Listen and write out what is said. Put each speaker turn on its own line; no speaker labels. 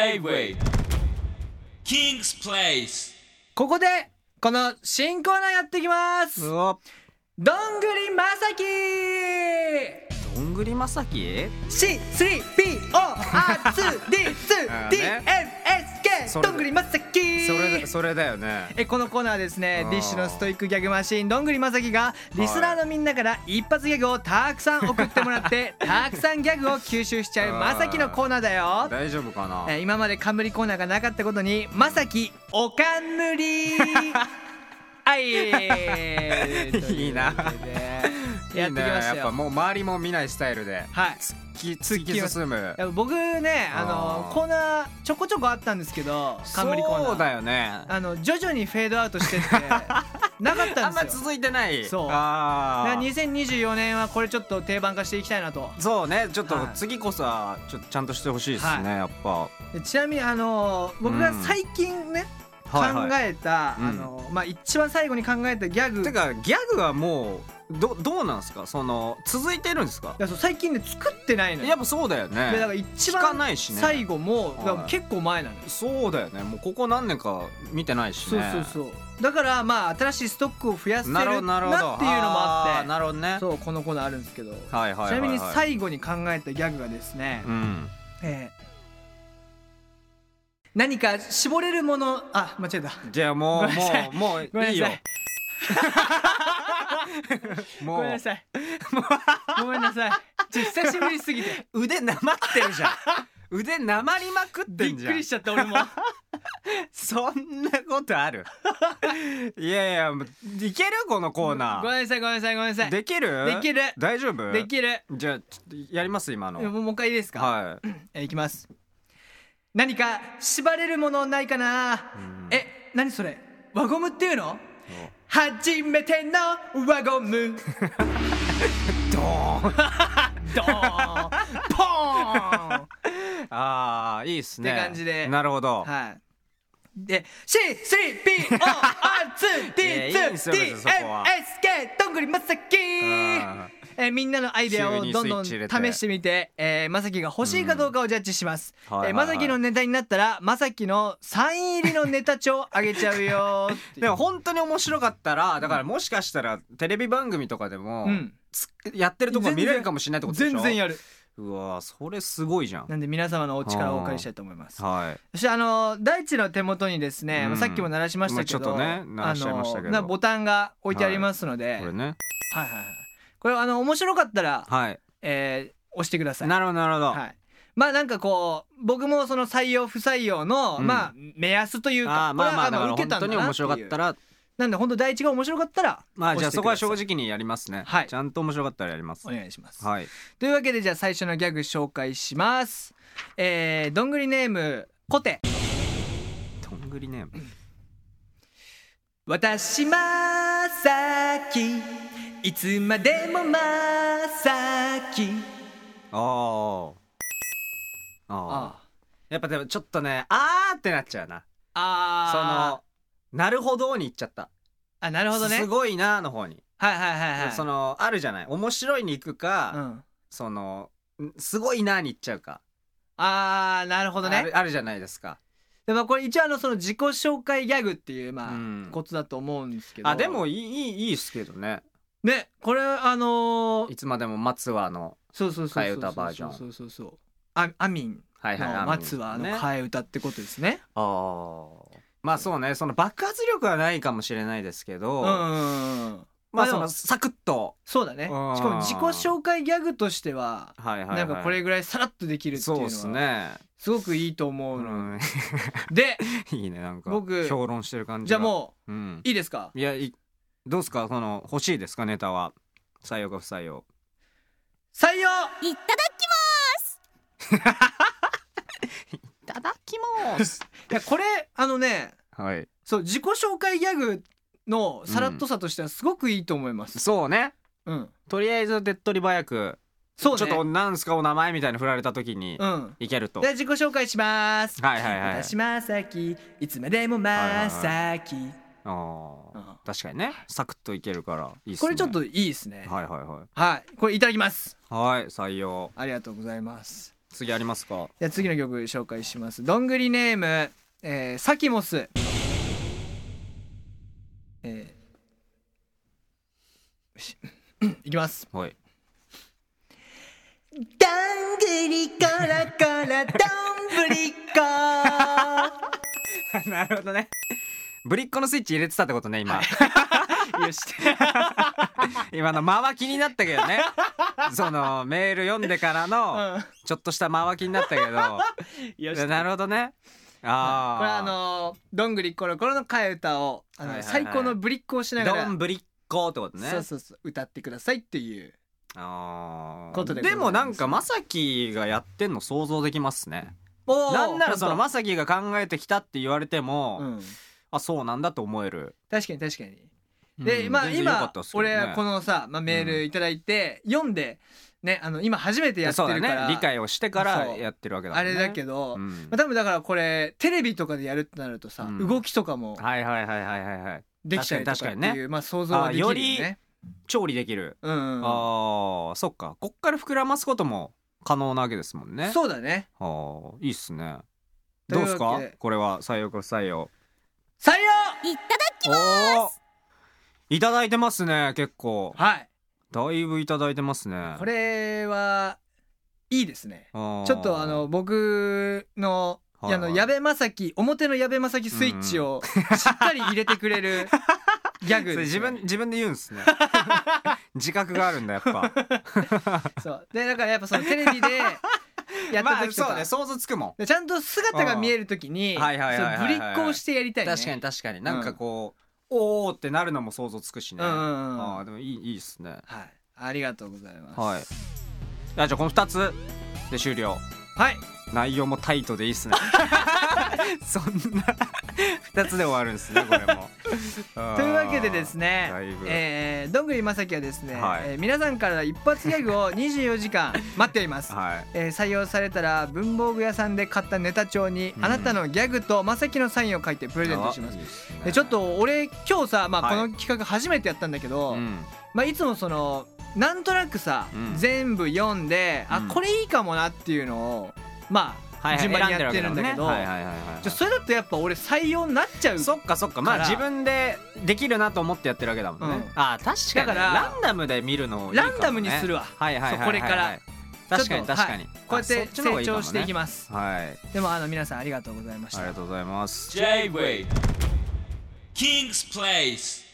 J-Way King's Place
ここでこの新コーナーやってきます
うわ
どんぐりまさき
どんぐりまさき
C3PO2D2DMSK
それ
どんぐりまさき
それだそれだよね
えこのコーナーはですね
あー
ディッシュのストイックギャグマシーンどんぐりまさきがリスナーのみんなから一発ギャグをたくさん送ってもらってたくさんギャグを吸収しちゃうまさきのコーナーだよ
大丈夫かな
え今まで冠コーナーがなかったことにまさきおかんむ りはい
いいな
とうことでやってきま
いいね
した
やっぱ
よ
もう周りも見ないスタイルで
はい
き突き進む
いや僕ねあの
あー
コーナーちょこちょこあったんですけど冠コーナー
そうだよね
あの徐々にフェードアウトしてって なかった
あ
んで
んます
よ
続いてない
そうだか
あ
ら
ー
2024年はこれちょっと定番化していきたいなと
そうねちょっと
はい
次こそはちょっとちゃんとしてほしいですねやっぱ
でちなみにあの僕が最近ね、
はいはい
考えた、
うん
あのまあ、一番最後に考えたギャグ
てかギャグはもうどどうなんですかその続いてるんですか
いやそう最近ね作ってないのよ
やっぱそうだよね
でだから一
聞か
番
ないしね
最後も、
はい
だから結構前なのよ、
そうだよねもうここ何年か見てないし
そう
ね
そうそうだからまあ新しいストックを増やせるな
な
って
る
いう
ほど
のも
なるほど
あって
ーなるほどね
そうこのコーナーあるんですけど、
はいはいはいはい
ちなみに最後に考えたギャグがですね、
うん
えー何か絞れるものあ間違えた
じゃあ
ご
もう
めんなさい
もうも
ご
う
めん
いい
な
よ
さい
も
ごめんな
う
さい ごめんなさいちょ久しぶりすぎ て
腕なまってるじ ゃん腕なまりまくって
びっ
んじ
く
ゃん
りしちゃった俺 も
そんなこと あるいやいやもういけるこのコーナ
ご
ー
めんなさいごめんなさいごめんなさい
できる
できる
大丈夫
できる
じゃあちょっとやります今
もう
の
もう一回いいですか、
はい
えーいきます何か縛れるものないかな、え何それ輪ゴムっていうの初めての輪ゴム
ドーン
ドーンポーン
あーいいっすね
って感じで
なるほど
はいで C3PO2D2DMSK
いやいいんですよ別にそこは
どんぐりまさき
ん
えーみんなのアイデアを
急に
どんどん
スイ
試
ッチ入れて
してみて、えー、まさきが欲しいかどうかをジャッジします、
うんはい
えー
は
ま
いはい
さきのネタになったらまさきのサイン入りのネタ帳あげちゃうよーっていう
でも本当に面白かったらだからもしかしたらテレビ番組とかでも、
うん
つやってるとこ見れるかもしれないってことでしょ
全然
や
やる
うわーそれすごいじゃん
なんで皆様のお力をお借りしたいと思います
はい
そしてあの大地の手元にですね、
うん
さっきも鳴らしましたけど、
まあちょっとね鳴らしちゃいましたけど
あのなボタンが置いてありますので、はい、
これね
はいはいこれあの面白かったら、
はい
えー押してください
なるほどなるほど、
はいまあなんかこう僕もその採用不採用の、
うん
まあ目安というか
あーま
これ
あまあだか
は
ら
受け
本
たん
当
だ
に
な
面
って
白かっ
いう
たら
なんで本当第一が面白かったら
まあじ
押
ゃ
し
あ
て
そ
く
こは
ださい
正直にやりますね、
はい
ちゃんと面白かったらやります
お願いします、
はい
というわけでじゃあ最初のギャグ紹介しますえー、どんぐりネームコテ
どんぐりね
私まさきいつまでもまさき
あーああ
あ
やっぱでもちょっとねあーってなっちゃうなそ
あ
のなるほどに行っちゃった
あなるほどね
すごいなーの方に、
はいはいはいはい
そのあるじゃない面白いに行くか、
うん、
そのんすごいなーに行っちゃうか
あーなるほど
あ
ね
るあるじゃないですか
でもこれ一応あのその自己紹介ギャグっていうまあ、
うん
コツだと思うんですけど
あでもいいいいいいっすけどね
ねこれあのー
いつまでも松和の
そうそうそう
替え
そう
歌
そ
バ
う
ージョ
そ
ン
うそうそうそうあアミン
はいはい
の松はあの
ね
替え歌ってことですね
あーまあそうねその爆発力はないかもしれないですけど、
うんうんうんうん
まあ
で
そ
も
のサクッと
そうだねし
あー
かも自己紹介ギャグとしては
はいはい、はい、
なんかこれぐらいさらっとできるっていう
そう
の
で
は
すね、
すごくいいと思
う
うの、
ん、
で
いいねなんか
僕
評論してる感じ
じゃあも
う、うん
う、いいですか
いやいどうすかその欲しいですかネタは採用か不採用
採用
いただき
いただきます
いやこれあのね
はい
そう自己紹介ギャグのさらっとさとしてはすごくいいと思います、
そうね
うん
とりあえず手っ取り早く、
そうね
ちょっとなんすかお名前みたいに振られた時に
うん
いけると、
で自己紹介します
はいはいはい
私まさきいつまでもまさき、
あー
うん
確かにねサクッといけるからいいっすね
これちょっといいですね
はいはいはい
はい、これいただきます
はい採用
ありがとうございます
次ありますか
じゃあ次の曲紹介しますどんぐりネーム、えー、サキモス、えーよし いきます
はい
どんぐりこらこらどんぶりこ
なるほどねぶりっ子のスイッチ入れてたってことね今
よ し
今の間は気になったけ どねそのメール読んでからのちょっとした間は気になったけど
よし
なるほどね
これあ
あ
のーどんぐりころころの替え歌をあの、
はいはいはい
最高のぶりっ子をし
あ
ながら
どんぶりっ子ってことね
そうそうそう歌ってくださいっていう
あー
ことでござ
で
います
もなんかまさきがやってんの想像できますね
おー
なんならその
ほん
まさきが考えてきたって言われても、
とうん、
あそうなんだと思える
確かに確かにで、
うん
まあ
全然良か
今
ったっすけどね
俺はこのさ、まあ、メールいただいて、読んでねあの今初めてやって
そうだ
るから、
ね理解をしてから
そう
やってるわけだも
あ
んね
れだけど、
う
ま
ん
あ、多分だからこれテレビとかでやるってなるとさ、
うん
動きとかも
はいはいはいはいはいはい
できたりとかっていう、
確かに確かに
まあ想像はできるよね。
調理できる
うん、うん
ああそっかこっから膨らますことも可能なわけですもんね
そうだね
あーいいっすね
と
ど
いううわ
っ
け
す
で
かこれは採用か不採用
採用
おーいただいてますね結構
はい
だいぶいただいてますね
これはいいですね。
あー
ちょっとあの僕の、
はいはい
あの矢部正樹表の矢部正樹スイッチをしっかり入れてくれ るギャグ
それ
です
自
よね、
分自分で言う んですね自覚があるんだやっぱ
そうでだからやっぱそのテレビで やった
まあ
時とか、
そうね想像つくもん、
でちゃんと姿が見える時に
う
そ
んはいはいはいはい
のぶりっ子をしてやりたいね
確かに確かになんかこう、おーってなるのも想像つくしね、
うんうんうん
あーでもいいいいっすね
はいありがとうございます
はいじゃあこの2つで終了
はい
内容もタイトでいいっすねそんな二つで終わるんですねこれも
というわけでですね
だいぶ、
えーどんぐりまさきはですね、
はい
えー皆さんから一発ギャ グを24時間待っています、
はい
えー採用されたら文房具屋さんで買ったネタ帳に、
うん
あなたのギャグとまさきのサインを書いてプレゼントします
あいいっすね
でちょっと俺今日さ、まあ、
は
こ
い
の企画初めてやったんだけど、
う
い
ん
まあ、いつもそのなんとなくさ、
うん
全部読んで、
うん
あこれいいかもなっていうのをまあ、
はいはい
順番にやってる
選
ん
で
だ
わ
けど、
だもねはいはいはいはい
じゃそれだとやっぱ俺採用になっちゃう
そっかそっかまあ
から
自分でできるなと思ってやってるわけだもんね、
うん
あー確かに
だから
ランダムで見るのいいかも、ね、
ランダムにするわ
はいはいはいはい、はい、
そうこれから
確か
ち
に
ょっと
確かに、
はいこうやって成長していき
ま
ます
すはいあ
でもあの皆さんありがとうございまし
り
た
がとうございます
J-Way King's Place